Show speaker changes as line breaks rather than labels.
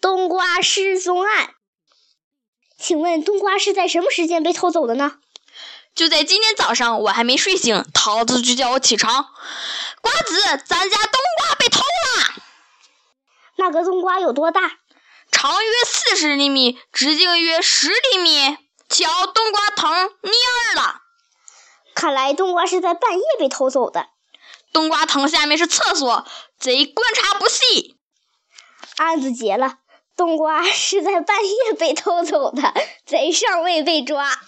冬瓜失踪案。请问冬瓜是在什么时间被偷走的呢？
就在今天早上，我还没睡醒，桃子就叫我起床。瓜子，咱家冬瓜被偷了，
那个冬瓜有多大？
长约四十厘米，直径约十厘米。瞧，冬瓜藤蔫儿了。
看来冬瓜是在半夜被偷走的。
冬瓜藤下面是厕所，贼观察不细。
案子结了，冬瓜是在半夜被偷走的，贼尚未被抓。